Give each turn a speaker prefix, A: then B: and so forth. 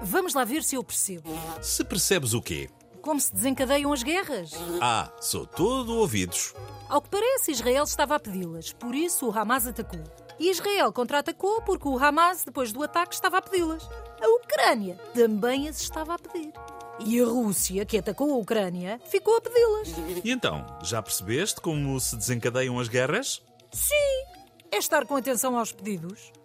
A: Vamos lá ver se eu percebo.
B: Se percebes o quê?
A: Como se desencadeiam as guerras?
B: Ah, sou todo ouvidos.
A: Ao que parece, Israel estava a pedi-las, por isso o Hamas atacou. E Israel contra-atacou porque o Hamas, depois do ataque, estava a pedi-las. A Ucrânia também as estava a pedir. E a Rússia, que atacou a Ucrânia, ficou a pedi-las.
B: E então, já percebeste como se desencadeiam as guerras?
A: Sim, é estar com atenção aos pedidos.